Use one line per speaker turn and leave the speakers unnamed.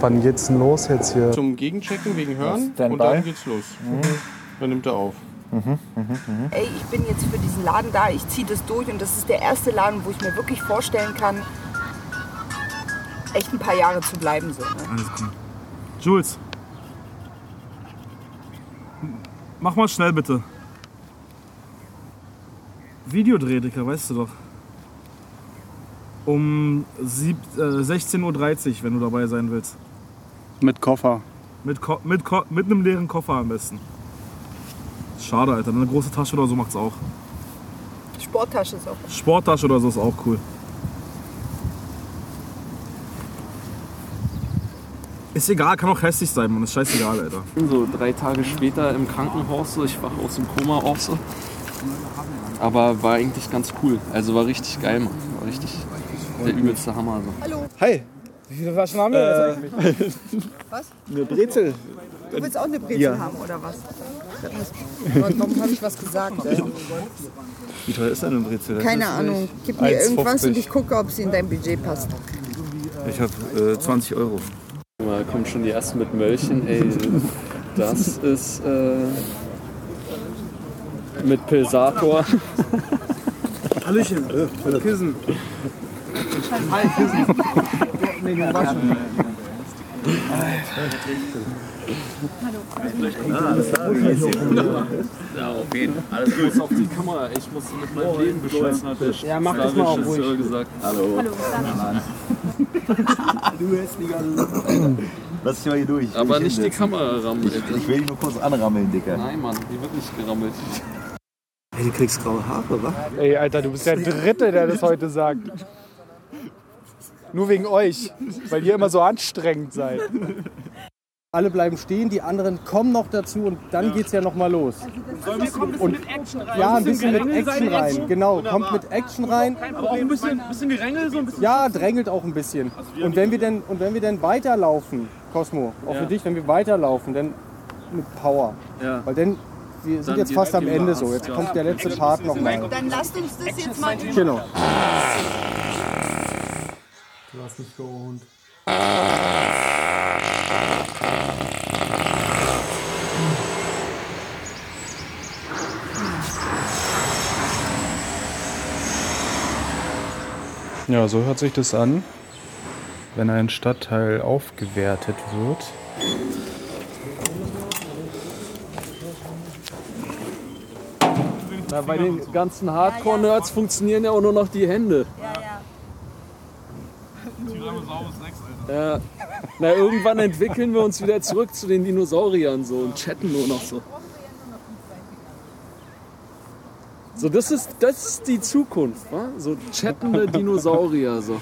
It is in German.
Wann geht's denn los jetzt hier?
Zum Gegenchecken wegen Hören
Standby.
und dann geht's los. Dann nimmt er auf.
Ey, ich bin jetzt für diesen Laden da, ich ziehe das durch und das ist der erste Laden, wo ich mir wirklich vorstellen kann, echt ein paar Jahre zu bleiben. So, ne?
Alles klar. Jules. M- Mach mal schnell bitte. Videodreh, Dicker, weißt du doch. Um sieb- äh, 16.30 Uhr, wenn du dabei sein willst.
Mit Koffer.
Mit, Ko mit, Ko mit einem leeren Koffer am besten. Schade, Alter. Eine große Tasche oder so macht's auch.
Sporttasche ist auch.
Sporttasche oder so ist auch cool. Ist egal, kann auch hässlich sein, Mann. Ist scheißegal, Alter.
So drei Tage später im Krankenhaus, so, ich wache aus dem Koma auf. So. Aber war eigentlich ganz cool. Also war richtig geil, Mann. War richtig der übelste Hammer. So.
Hi,
Wie viele Flaschen haben wir jetzt eigentlich?
eine Brezel.
Du willst auch eine Brezel
Ja.
haben oder was?
Warum habe ich was gesagt? ey?
Wie teuer ist denn eine Brezel? Das
Keine
ist
Ahnung. Gib mir irgendwas
1,50.
und ich gucke, ob es in dein Budget passt.
nicht- Ich habe äh, 20 Euro.
Da kommen schon die ersten mit Mölchen, ey. Das ist äh, mit Pilsator.
Hallöchen.
Äh,
Kissen.
Alles muss auf die Kamera, ich muss mit meinem Leben beschützen.
Ja, mach das mal auch ruhig.
gesagt.
Du hässlicher Lass dich mal hier durch. Ich will
Aber
mich
nicht die
hinsetzen.
Kamera rammeln.
Ich will dich nur kurz anrammeln, Dicker.
Nein, Mann, die wird nicht gerammelt.
Ey, du kriegst graue Haare, wa?
Ey, Alter, du bist der Dritte, der das heute sagt. Nur wegen euch, weil ihr immer so anstrengend seid.
Alle bleiben stehen, die anderen kommen noch dazu und dann geht's ja Also noch mal los. und ja, ein bisschen mit Action rein. Genau, kommt mit Action rein.
Auch ein bisschen, bisschen Gerangel, so ein bisschen.
Ja, drängelt auch ein bisschen. Und wenn wir denn und wenn wir denn weiterlaufen, Cosmo, auch für dich, wenn wir weiterlaufen, dann mit Power,
Ja.
weil dann wir sind
Dann
jetzt fast am
direkt
Ende
im
so. Jetzt
Arzt,
kommt der letzte Part noch mal.
Dann lasst uns das jetzt mal üben.
Genau.
Du hast mich geohnt. Ja, so hört sich das an, wenn ein Stadtteil aufgewertet wird.
Na, bei den ganzen Hardcore-Nerds funktionieren ja auch nur noch die Hände. Ja, ja. Na, irgendwann entwickeln wir uns wieder zurück zu den Dinosauriern so und chatten nur noch so. So, das ist, das ist die Zukunft, wa? So chattende Dinosaurier so.